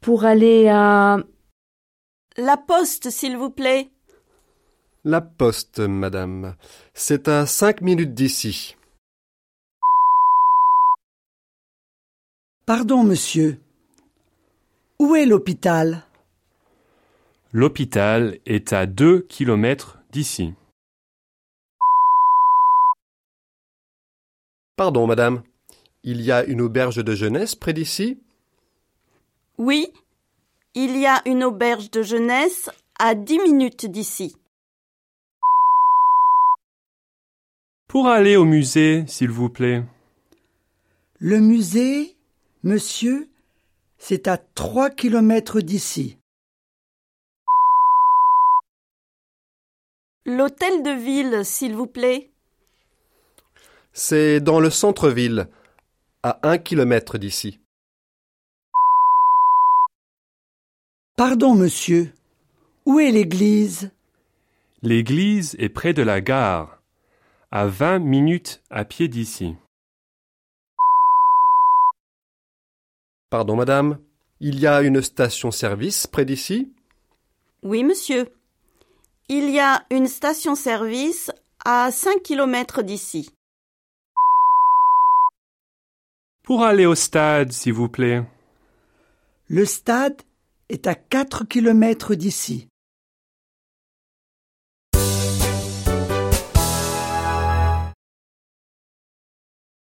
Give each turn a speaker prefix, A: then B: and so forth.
A: pour aller à
B: La poste, s'il vous plaît.
C: La poste, madame. C'est à cinq minutes d'ici.
D: Pardon, monsieur. Où est l'hôpital
E: L'hôpital est à 2 km d'ici.
C: Pardon, madame. Il y a une auberge de jeunesse près d'ici
B: Oui, il y a une auberge de jeunesse à dix minutes d'ici.
E: Pour aller au musée, s'il vous plaît.
D: Le musée, monsieur, c'est à trois kilomètres d'ici.
B: L'hôtel de ville, s'il vous plaît.
C: C'est dans le centre-ville, à un kilomètre d'ici.
D: Pardon, monsieur. Où est l'église
E: L'église est près de la gare, à 20 minutes à pied d'ici.
C: Pardon, madame. Il y a une station-service près d'ici
B: Oui, monsieur. Il y a une station-service à cinq kilomètres d'ici.
E: Pour aller au stade, s'il vous plaît.
D: Le stade est à quatre kilomètres d'ici.